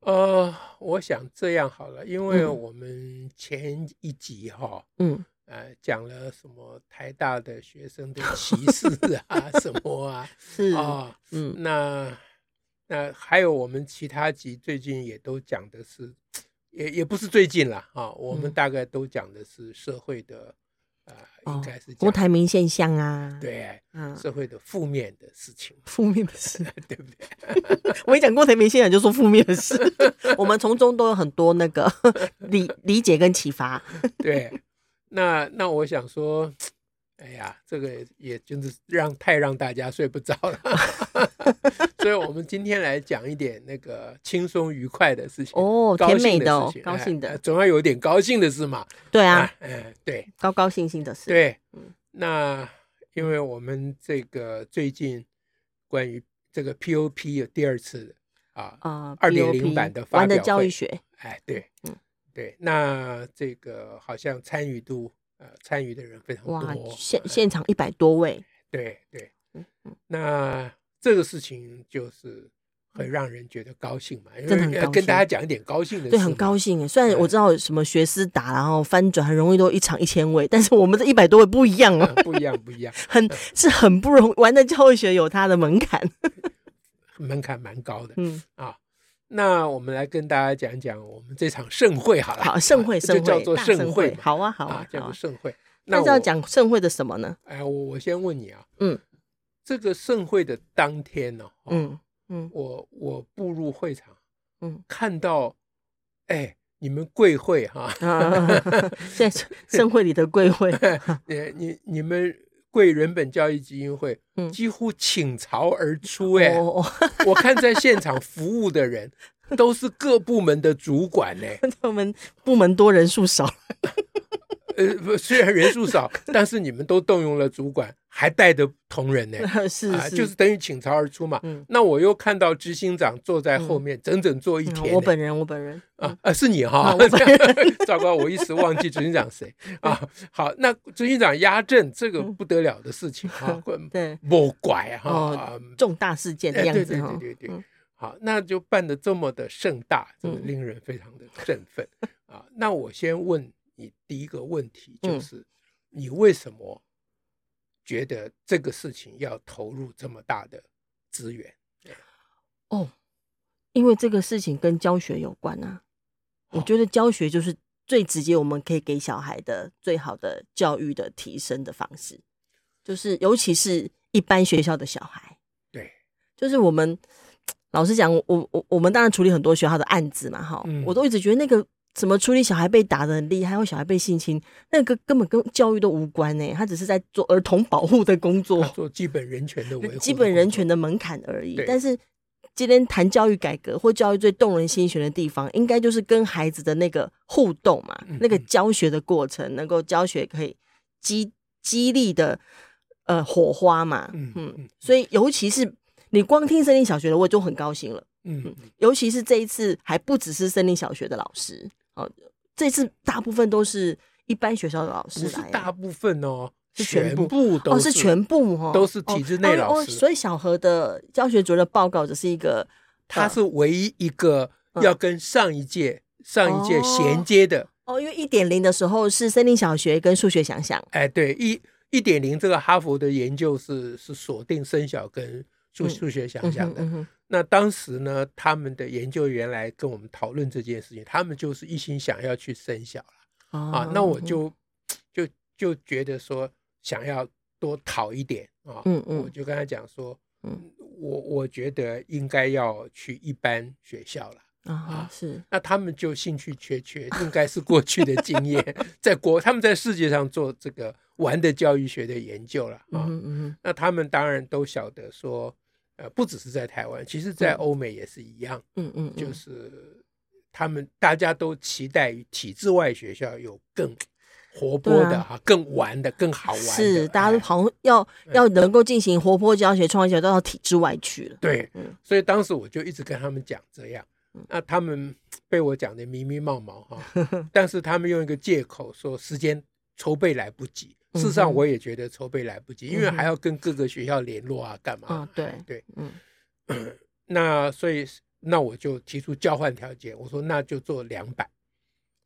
呃，我想这样好了，因为嗯我们前一集哈、嗯，呃，讲了什么台大的学生的歧视 啊，什么啊，是啊、嗯那那还有我们其他集最近也都讲的是，也也不是最近啦啊，我们嗯大概都讲的是社会的，啊，哦应该是郭讲台铭现象啊，，对嗯，，社会的负面的事情负面的事， 对不对？ 我一讲郭台铭现象就说负面的 事，我们从中都有很多那个理理解跟启发。对，那那我想说，哎呀，这个也也就是让太让大家睡不着了， 所以我们今天来讲一点那个轻松愉快的事情哦高甜美兴的的事哦情高哎兴的呃总要有点高兴的事嘛。对啊，啊，嗯，对高高兴兴的事。，对嗯，那因为我们这个最近关于这个 POP 有第二次啊，啊、呃， 2010 BOP 版的发玩的表教会育学，哎，对嗯，对，那这个好像参与度呃，参与的人非常多哇，，呃现现场一百多位，对对嗯嗯，那这个事情就是很让人觉得高兴嘛，因嗯真的为很要高跟大家兴讲一点高兴的事，对，很高。兴耶。虽嗯然我知道有什么学思达，然后翻转很容易都一场一千位，但是我们这一百多位不一样啊哦，，不一样，不一样，很是很不容易。玩的教育学有它的门槛，门槛蛮高的。嗯，啊。那我们来跟大家讲讲我们这场盛会好了，好，盛会啊盛就叫会，做大盛会嘛，好啊好啊啊，叫好做啊。盛会。那我是要，讲盛会的什么呢？哎，我我先问你啊，嗯，这个盛会的当天呢、哦，，嗯嗯，我我步入会场，嗯，看到，哎，你们贵会 哈、啊， 现在盛会里的贵 会，你你你们贵人本教育基金会嗯几乎倾巢而出哎、哦哦，我看在现场服务的 人都是各部门的主管呢、哦我们部门多人数少， 呃，不虽然人数少，但是你们都动用了主管，还带着同仁呢、是啊，是，就是等于倾巢而出嘛。嗯那我又看到执行长坐在后面，整整坐一嗯天呢、我本人我本人，啊啊，是你哈、啊我糟糕，我一时忘记执行长谁啊。好，那执行长压阵这个不得了的事情啊，嗯 对，莫拐哈。哦啊重大事件的哎样对子对哈对。对对，嗯好，那就办得这么的盛大，真的嗯令人非常的振奋、啊！那我先问你第一个问题，就嗯是、你为什么觉得这个事情要投入这么大的资源？哦，因为这个事情跟教学有关啊。我好觉得教学就是最直接，我们可以给小孩的最好的教育的提升的方式，就是尤其是一般学校的小孩，对，就是我们老实讲，我我我们当然处理很多学校的案子嘛，哈、嗯我都一直觉得那个。怎么处理小孩被打的很厉害，或小孩被性侵，那个根本跟教育都无关呢、他只是在做儿童保护的工作要。做基本人权的维护，基本人权的的门槛而已对。但是今天谈教育改革或教育最动人心弦的地方，应该就是跟孩子的那个互动嘛，嗯那个嗯教学的过程，能够教学可以激激励的呃火花嘛。嗯嗯嗯所以尤其是你光听森林小学的，我就很高兴了。工作，嗯，尤其是这一次，还不只是森林小学的老师哦，这次大部分都是一般学校的老师不是来。啊大部分哦，是全部部都哦，是全部哦，都是体哦制内哦老哦师所以小何的教学主任的报告只是一个，他是唯一一个啊嗯要跟上一届、上一届衔哦接的。哦，因为一点零的时候是森林小学跟数学想想，哎，对，一一点零这个哈佛的研究是是锁定生小跟数嗯数学想嗯象哼的。嗯哼，那当时呢，他们的研究员来跟我们讨论这件事情，他们就是一心想要去生小了哦啊。那嗯我就就就觉得说，想要多讨一点啊。嗯嗯我就跟他讲说，嗯我我觉得应该要去一般学校了。啊是那他们就兴趣缺缺，应该是过去的经验， 在国他们在世界上做这个玩的教育学的研究了嗯啊。哼嗯哼那他们当然都晓得说，呃，不只是在台湾，其实在嗯欧美也是一样，嗯嗯，嗯就是他们大家都期待于体制外学校有更活对泼的啊哈、更玩的、更好玩的，是，大家都哎好像要要能够进行活泼教学、创意教学，都到体制外去了。对嗯，所以当时我就一直跟他们讲这样嗯，那他们被我讲的迷迷冒冒 哈，但是他们用一个借口说时间筹备来不及。嗯哼事实上，我也觉得筹备来不及，因为嗯哼还要跟各个学校联络啊，干嘛？嗯对对，嗯，那所以那我就提出交换条件，我说那就做两版，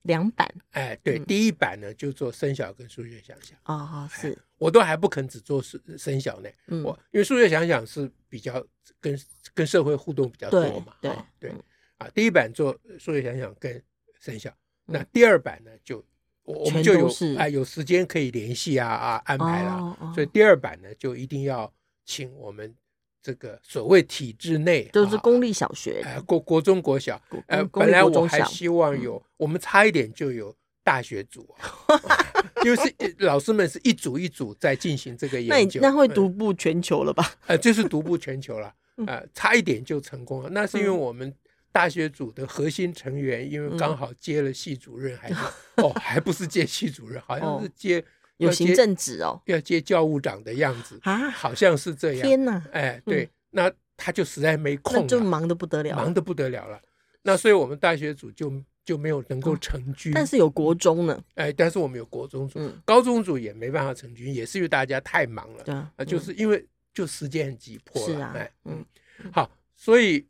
两版哎，对，嗯第一版呢就做声小跟数学想想，啊、是，我都还不肯只做声声小呢，嗯，哎我因为数学想想是比较跟跟社会互动比较多嘛，对啊对对嗯啊，第一版做数学想想跟生效，嗯那第二版呢就我我全们就都有是哎有时间可以联系啊啊安排啦，哦哦所以第二版呢就一定要请我们这个所谓体制内就是啊公立小学，哎国国中国小国呃公公本立来国我中还小，嗯希望有我们差一点就有大学组啊。 因为是老师们是一组一组在进行这个那研你究，那会嗯独步全球了吧？呃，这是独步全球了嗯，呃，差一点就成功了。那是因为嗯嗯我们大学组的核心成员，因为刚好接了系主任， 还是哦，还不是接系主任，好像是接哦有要接行政职哦，要接教务长的样子，啊，好像是这样。天哪，嗯哎，对，那他就实在没空那就了，忙得不得了。忙得不得了了。那所以我们大学组就就没有能够成军，哦但是有国中呢，哎，但是我们有国中组、嗯，高中组也没办法成军，也是因为大家太忙了。对啊，啊，就嗯是因为就时间很急迫是了，啊哎，嗯嗯，好，所以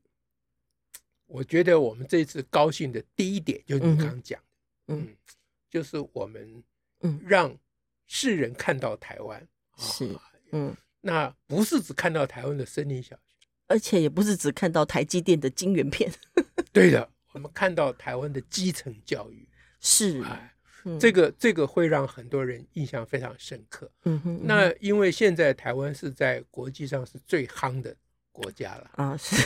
我觉得我们这次高兴的第一点，就是嗯你哼刚刚讲，嗯，就是我们嗯让世人看到台湾，啊是，嗯，那不是只看到台湾的森林小学，而且也不是只看到台积电的晶圆 片，对的，我们看到台湾的基层教育，是，哎，嗯这个这个会让很多人印象非常深刻。嗯哼，嗯哼那因为现在台湾是在国际上是最夯的国家了。啊是，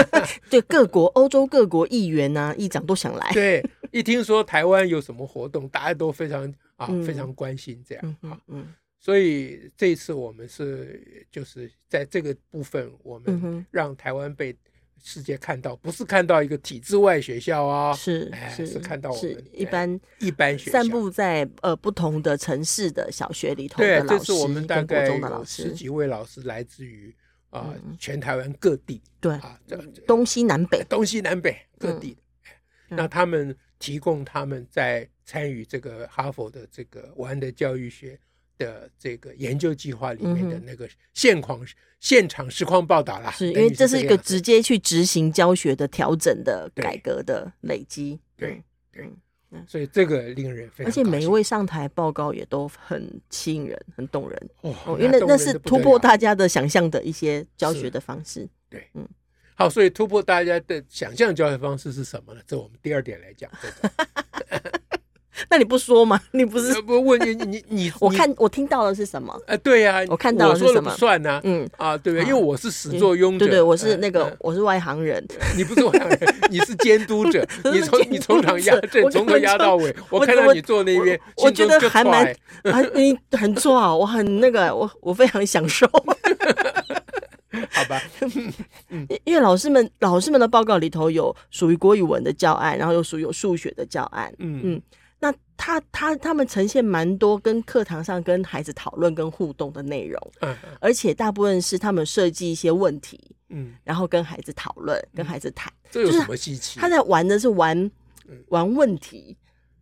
对各国欧洲各国议员啊议长都想来，对，一听说台湾有什么活动，大家都非常啊、嗯非常关心这样嗯啊哼。嗯所以这一次我们是就是在这个部分，我嗯哼们让台湾被世界看到，不是看到一个体制外学校啊、是哎是是看到我是们一哎般一般学校。散布在呃不同的城市的小学里头对的，这老次师我们大跟国概中的老有十师，几位老师来自于啊、嗯全台湾各地对，啊，这这东西南北，东西南北各嗯地的。哎嗯那他们提供他们在参与这个哈佛的这个我安的教育学的这个研究计划里面的嗯哼那个现况、现场实况报道啦，是因啊等于为这是一个样子直接去执行教学的调整的对改革的累积，对嗯所以这个令人非常而且高每一兴位上台报告也都很吸引人，很动人。哦哦，，因为那动那人是得不突得破了大家的想象的一些教是学的方式。好，所以突破大家的想象教学方式是什么呢？这我们第二点 来讲。这个那你不说吗？你不呃是？不问你你你我你看我听到的是什么？呃对呀、我看到我了是说什了不么算呐嗯，啊对不对？好因为我是始作俑者，对对，我是呃那呃个我是外行人，，你不是外行人，你是监督者 我是你从监你督从头压者阵，我从根头本压就到尾。我我看怎到么你坐那我边，我心觉中得就还快蛮啊，你很错啊，我很那个，我我非常享受，好吧？嗯 因为老师们老师们的报告里头有属于国语文的教案，然后有属于有数学的教案，嗯嗯那他他他们呈现蛮多跟课堂上跟孩子讨论跟互动的内容，嗯而且大部分是他们设计一些问题，嗯，然后跟孩子讨论，跟孩子谈。这有就是什么稀奇他在玩的是玩嗯玩问题，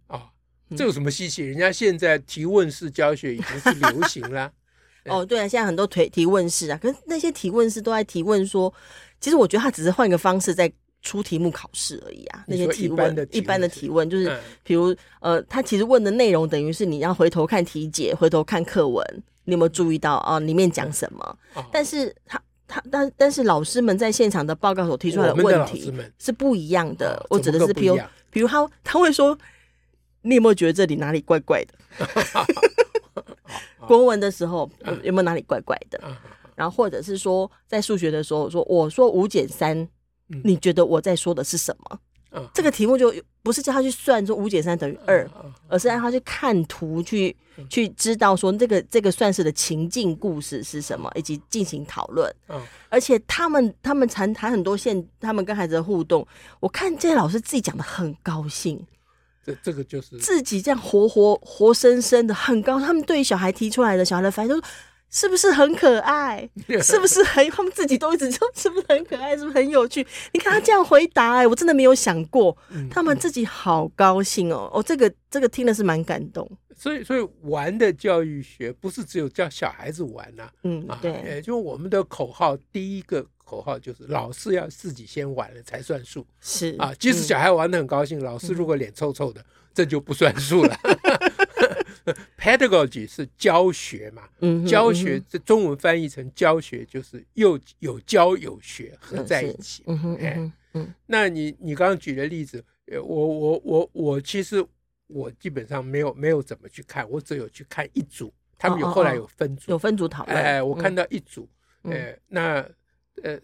啊？嗯这有什么稀奇？人家现在提问式教学已经是流行啦。对哦，对啊，现在很多提提问式啊，可是那些提问式都在提问说，其实我觉得他只是换一个方式在出题目考试而已啊。那你些说提一般问的提一般的问是提问 就是嗯，比如呃，他其实问的内容等于是你要回头看题解，回头看课文，你有没有注意到啊？里面讲什么？啊但是他他但但是老师们在现场的报告所提出来我们的问老师题们是不一样的。啊我怎指的么个是，不比一如样比如他他会说，你有没有觉得这里哪里怪怪的？ 国文的时候有有没有哪里怪怪的？啊，然后或者是说在数学的时候说，我说五减三嗯，你觉得我在说的是什么？啊这个题目就不是叫他去算说五减三等于二、啊而是让他去看图去去知道说这个这个算是的情境故事是什么，以及进行讨论。啊而且他们他们谈谈很多现，他们跟孩子的互动，我看这些老师自己讲的很高兴，这这个就是自己这样活活活生生的很高，他们对于小孩提出来的小孩的反应都说是不是很可爱？是不是很？他们自己都一直说是不是很可爱？是不是很有趣？你看他这样回答、哎，我真的没有想过，嗯他们自己好高兴哦。哦，这个这个听的是蛮感动。所以，所以玩的教育学不是只有教小孩子玩呐、嗯啊，，对，也就我们的口号，第一个口号就是老师要自己先玩了才算数是啊。即使小孩玩的很高兴，老师嗯如果脸臭臭的，这就不算数了。Pedagogy 是教学嘛，嗯哼教学，这中文翻译成教学就是又有教有学合在一起。嗯哼嗯哎哼嗯那你你刚刚举的例子，呃，我我我我其实我基本上没有没有怎么去看，我只有去看一组，他们有哦哦后来哦有分组，有分组讨论。哎，我嗯看到一组，嗯呃，那呃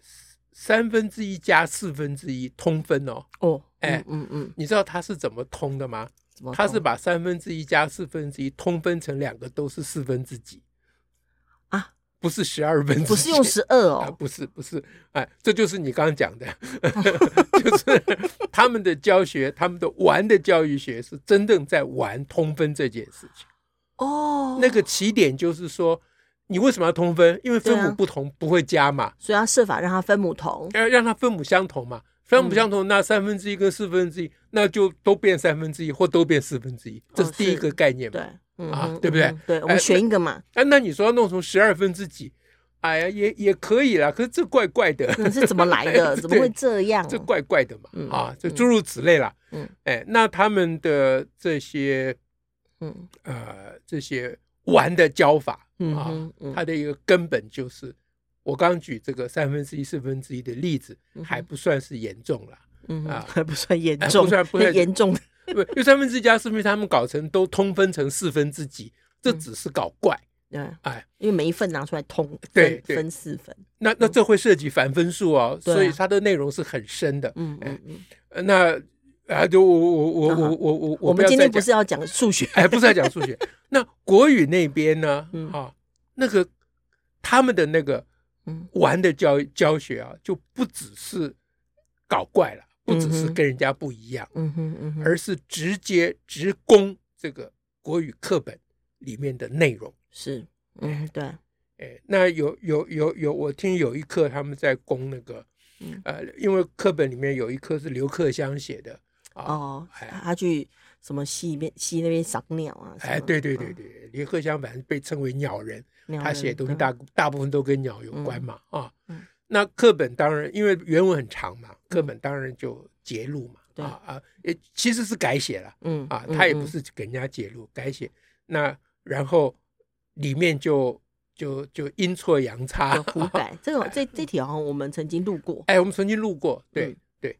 三分之一加四分之一通分哦，哦，哎嗯嗯嗯，你知道他是怎么通的吗？怎么他是懂把三分之一加四分之一通分成两个都是四分之几，啊，不是十二分之几，不是用十二啊，哦，不是不是，哎，这就是你刚刚讲的， 就是他们的教学，他们的玩的教育学是真正在玩通分这件事情。哦，那个起点就是说，你为什么要通分？因为分对母啊不同不会加嘛，所以要设法让它分母同。要让它分母相同嘛。分母相嗯同，那三分之一跟四分之一，那就都变三分之一或都变四分之一，这哦是第一是个概念嘛。对，嗯啊哼对不对嗯哼对，我哎们选一个嘛，哎，那你说要弄成十二分之几？哎呀，也也可以啦，可是这怪怪的。那是怎么来的？ 对怎么会这样？这怪怪的嘛，嗯啊，这嗯诸如此类啦。嗯，哎，那他们的这些嗯呃这些玩的教法嗯啊，哼嗯它的一个根本就是，我刚举这个三分之一、四分之一的例子，嗯哼还不算是严重啦。嗯哼， 啊还不算严哎不重，算不那算严重的 不，因为三分之一加四分之一他们搞成都通分成四分之几，这嗯只是搞怪。对，哎，因为每一份拿出来通，对分对分四份，那那这会涉及反分数哦，对啊所以它的内容是很深的。嗯嗯嗯，呃那啊，就我我我好我我我我不们要今再天不讲。是要讲数 学，哎，不是在讲数学。那国语那边呢？嗯啊，那个他们的那个嗯玩的教教学啊，就不只是搞怪了，不只是嗯哼跟人家不一样，嗯哼嗯哼，而是直接直攻这个国语课本里面的内容。是嗯对，哎，那有有有有，我听有一课他们在攻那个嗯，呃，因为课本里面有一课是刘克襄写的啊，哦，哎他去什么溪里面溪那边赏鸟啊，什哎，么对对对，对，刘克襄反正被称为鸟人，嗯他写的东西大，大部分都跟鸟有关嘛，啊嗯，那课本当然因为原文很长嘛，课本当然就截录嘛，对啊啊，也其实是改写了嗯啊，嗯他也嗯不是给人家截录改写，那然后里面就就就阴错阳差有， 胡改，这种这这题好像我们曾经录过，啊哎哎，我们曾经录过，对、嗯对，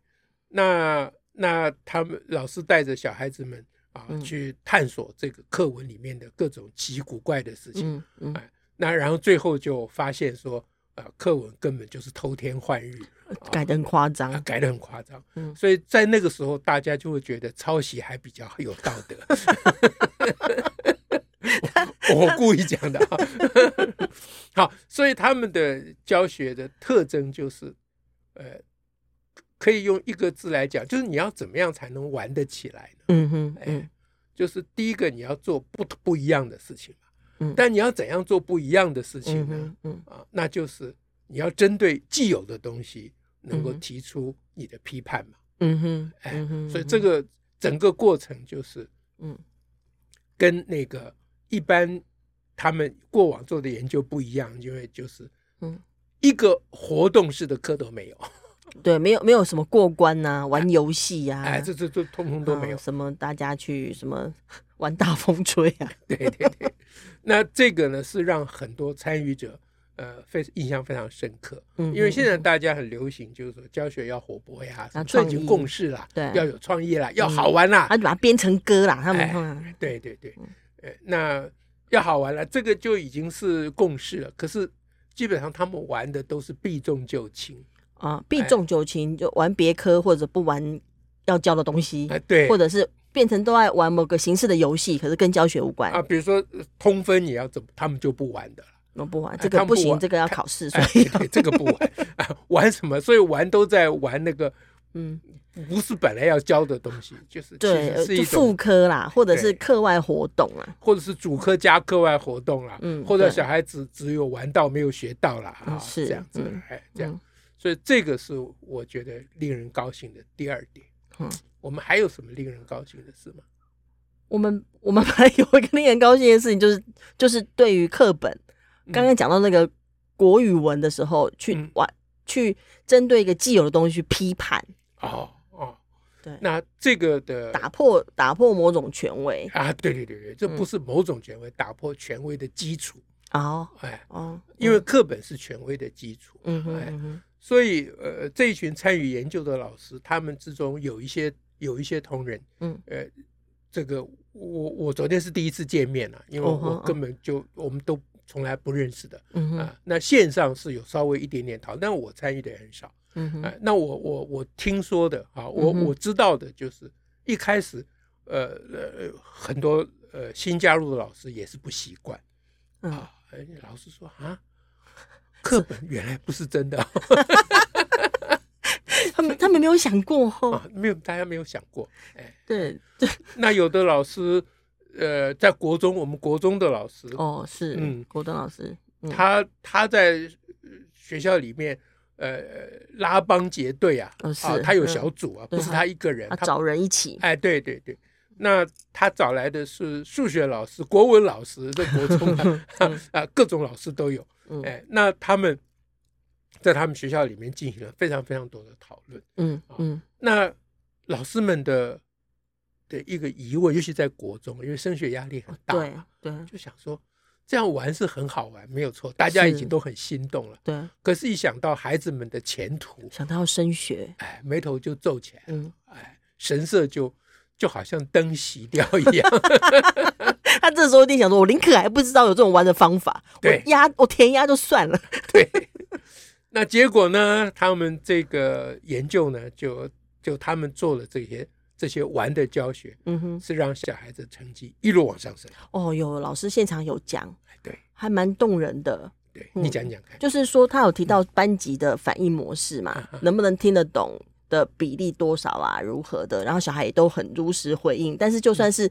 那那他们老师带着小孩子们啊、嗯去探索这个课文里面的各种奇古怪的事情。嗯嗯，那然后最后就发现说，呃，课文根本就是偷天换日，呃改的很夸啊张，改得很夸张。嗯所以在那个时候，大家就会觉得抄袭还比较有道德。我我故意讲的啊。好，所以他们的教学的特征就是，呃，可以用一个字来讲，就是你要怎么样才能玩得起来呢？嗯哼嗯哎，就是第一个你要做不不一样的事情嘛。嗯但你要怎样做不一样的事情嗯呢？哼嗯啊，那就是你要针对既有的东西，能够嗯哼提出你的批判嘛。嗯哼哎嗯哼，所以这个整个过程就是嗯跟那个一般他们过往做的研究不一样，因为就是嗯啊一个活动式的课都没有，对，没有没有什么过关呐，玩游戏呀，哎，这这这通通都没有啊。什么大家去什么 玩大风吹啊，对对对，那这个呢是让很多参与者呃非印象非常深刻，嗯 因为现在嗯大家很流行就是说教学要活泼呀，什么这创已经意共识了，对嗯要有创意啦，要好玩啦，他就把它编成歌啦，他们哎通常对对对，嗯呃，那要好玩了，这个就已经是共识了。可是基本上他们玩的都是避重就轻，啊避重就轻，就玩别科或者不玩要教的东西，哎，对或者是变成都爱玩某个形式的游戏，可是跟教学无关。啊，比如说呃通分也要怎么，他们就不玩 的了。我不玩哎这他个们不不行，玩这个要考 试，所哎，以 对，这个不玩啊，玩什么？所以玩都在玩那个嗯，不是本来要教的东西，就是其对，呃实是就一副种，科啦，或者是对课外活动啊，或者是主科加课外活动啦，嗯或者对小孩子只有玩到没有学到啦，嗯啊，是这样子嗯，哎，这样嗯，所以这个是我觉得令人高兴的第二点。嗯我们还有什么令人高兴的事吗？我们我们班有一个令人高兴的事情，就是 就是对于课本，嗯刚刚讲到那个国语文的时候，去嗯玩、去针对一个既有的东西去批判，哦哦，对那这个的打破打破某种权威。啊，对对对对，这嗯不是某种权威，打破权威的基础，哦哎，哦，因为课本是权威的基础，嗯哼哎嗯哼所以呃，这一群参与研究的老师，他们之中有一些有一些同仁，嗯，呃，这个我我昨天是第一次见面了、因为哦我哦根本就我们都从来不认识的嗯哼啊。那线上是有稍微一点点讨论，但我参与的也很少。嗯哼哎、那我我我听说的啊，我、嗯哼我知道的就是一开始，呃呃，很多呃新加入的老师也是不习惯嗯啊，哎老师说啊，课本原来不是真的啊哎他们他们没有想过哦， 啊，没有大家没有想过，哎，对那有的老师，呃，在国中，我们国中的老师，哦是，嗯嗯，国登老师，嗯他他在呃学校里面。呃，拉帮结队啊，哦是啊，他有嗯小组啊，对不是他他一个人，他他找人一起，哎，对对对，那他找来的是数学老师、国文老师，在国 中啊啊，各种老师都有。嗯哎，那他们在他们学校里面进行了非常非常多的讨论。嗯嗯那老师们的的一个疑问，尤其在国中，因为升学压力很大对嘛，对就想说这样玩是很好玩，没有错，大家已是经都很心动了。对，可是，一想到孩子们的前途，想到要升学，哎，眉头就皱起来。嗯，哎，神色就就好像灯熄掉一 样。他这时候一定想说，我宁可还不知道有这种玩的方法，我对压我填压就算了， 对，那结果呢？他们这个研究呢，就就他们做了这些这些玩的教学，嗯哼，是让小孩子成绩一路往上升。哦，有老师现场有讲，哎，对还蛮动人的。对，嗯你讲讲看。就是说，他有提到班级的反应模式嗯嘛，能不能听得懂的比例多少啊，如何的，然后小孩也都很如实回应。但是就算是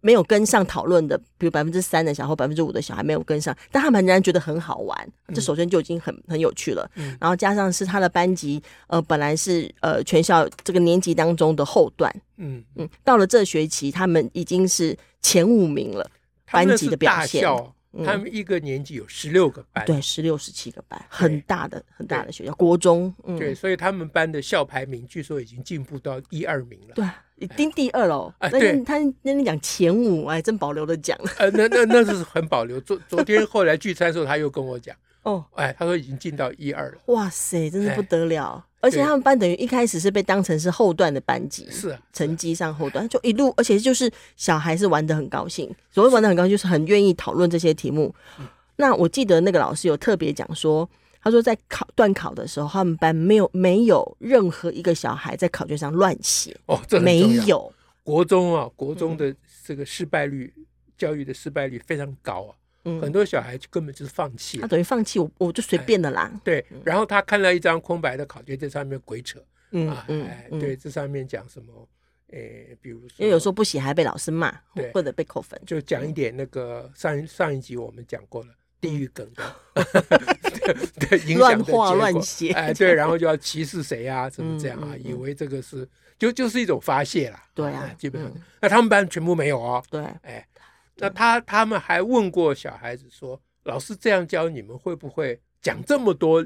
没有跟上讨论的，比如百分之三的小孩或百分之五的小孩没有跟上，但他们仍然觉得很好玩，这首先就已经很很有趣了。嗯然后加上是他的班级，呃，本来是呃全校这个年级当中的后段，嗯，嗯，到了这学期他们已经是前五名了，他们班那级是的表大现校嗯他们一个年级有十六个班，对，十六、十七个班，很哎对大的很大的学校，国中，嗯，对，所以他们班的校排名据说已经进步到一二名了。对啊，已经第二了哦。哎那天对他那天讲前五，哎，真保留的讲呃，那那那是很保留。昨昨天后来聚餐的时候，他又跟我讲， 哦，哎，他说已经进到一二了。哇塞，真是哎不得了！而且对他们班等于一开始是被当成是后段的班级，是啊，是啊成绩上后段，就一路，而且就是小孩是玩的很高兴，所谓玩的很高兴，就是很愿意讨论这些题目。嗯那我记得那个老师有特别讲说，他说在考段考的时候，他们班没有没有任何一个小孩在考卷上乱写，哦，这很没重要有，嗯国中啊，国中的这个失败率，教育的失败率非常高啊，很嗯，啊多小孩就根本就是放弃他了。等于放弃我，我就哎随便的啦，对，然后他看到一张空白的考卷，在上面鬼扯嗯啊，嗯哎，嗯，对，这上面讲什么？诶，比如说，因为有时候不写还被老师骂对，或者被扣分。就讲一点那个上一上一集我们讲过了。地狱 梗的，对影响嗯乱的结画果乱写哎，对，然后就要歧视谁啊，怎么这样啊？嗯嗯嗯以为这个是就就是一种发泄啦，对啊哎基本上嗯，那他们班全部没有哦，对，哎，那他他们还问过小孩子说，老师这样教你们会不会讲这么多？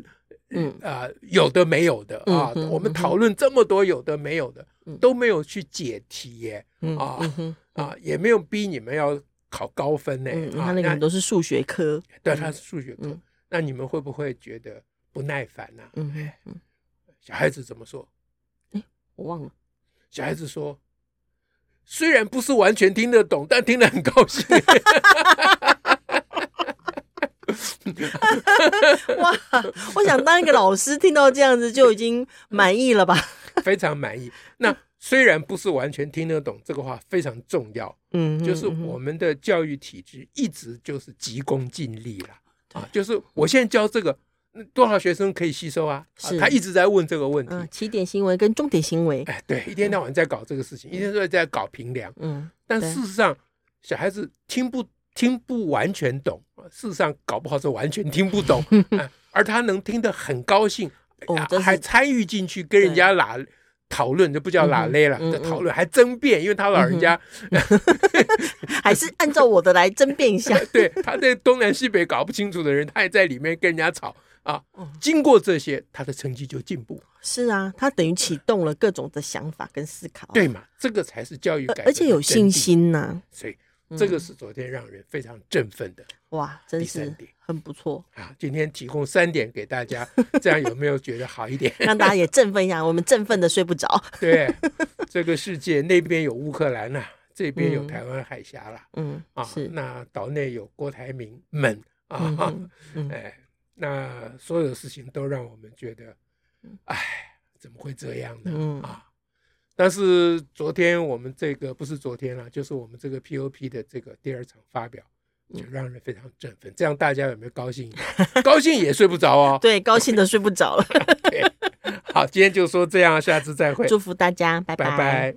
嗯啊、有的没有的啊，嗯哼我们嗯哼讨论这么多有的没有的，嗯都没有去解题耶嗯啊嗯哼啊，也没有逼你们要考高分呢、嗯，啊他，那个很多是数学科，对他是数学课，嗯那你们会不会觉得不耐烦呢、嗯哼嗯，小孩子怎么说？我忘了，小孩子说，虽然不是完全听得懂，但听得很高兴。 哇，我想当一个老师，听到这样子就已经满意了吧？非常满意。那虽然不是完全听得懂这个话，非常重要。嗯，就是我们的教育体制一直就是急功近利了啊，就是我现在教这个，嗯多少学生可以吸收啊？啊是他一直在问这个问题。嗯，起点行为跟终点行为，哎，对，一天到晚在搞这个事情，一天到晚在搞评量， 嗯，但对事实上小孩子听不听不完全懂，啊事实上搞不好是完全听不 懂，啊而他能听得很高兴，哦啊这是还参与进去跟人家拉讨论，这不叫嗯拉哼勒了，嗯这嗯讨论还争辩，因为他老人家还是按照我的来争辩一下。 对，他在东南西北搞不清楚的人，他也在里面跟人家吵啊嗯。经过这些，他的成绩就进步，是啊，他等于启动了各种的想法跟思考，啊对嘛？这个才是教育改哦呃而，革，而且有信，心呐、所以嗯这个是昨天让人非常振奋的哇，第真三是点很不错，？啊。今天提供三点给大家，这样有没有觉得好一点 让大家也振奋一下。我们振奋的睡不着，对，这个世界那边有乌克兰呐、这边有嗯台湾海峡啦，嗯，啊是，，那岛内有郭台铭们啊。嗯哼嗯 哎，那所有的事情都让我们觉得，哎，怎么会这样呢？嗯啊，但是昨天我们这个不是昨天了、就是我们这个 POP 的这个第二场发表，嗯就让人非常振奋。这样大家有没有高兴一点？ 高兴也睡不着哦。对，高兴的睡不着了。对，好，今天就说这样，下次再会，祝福大家，拜拜。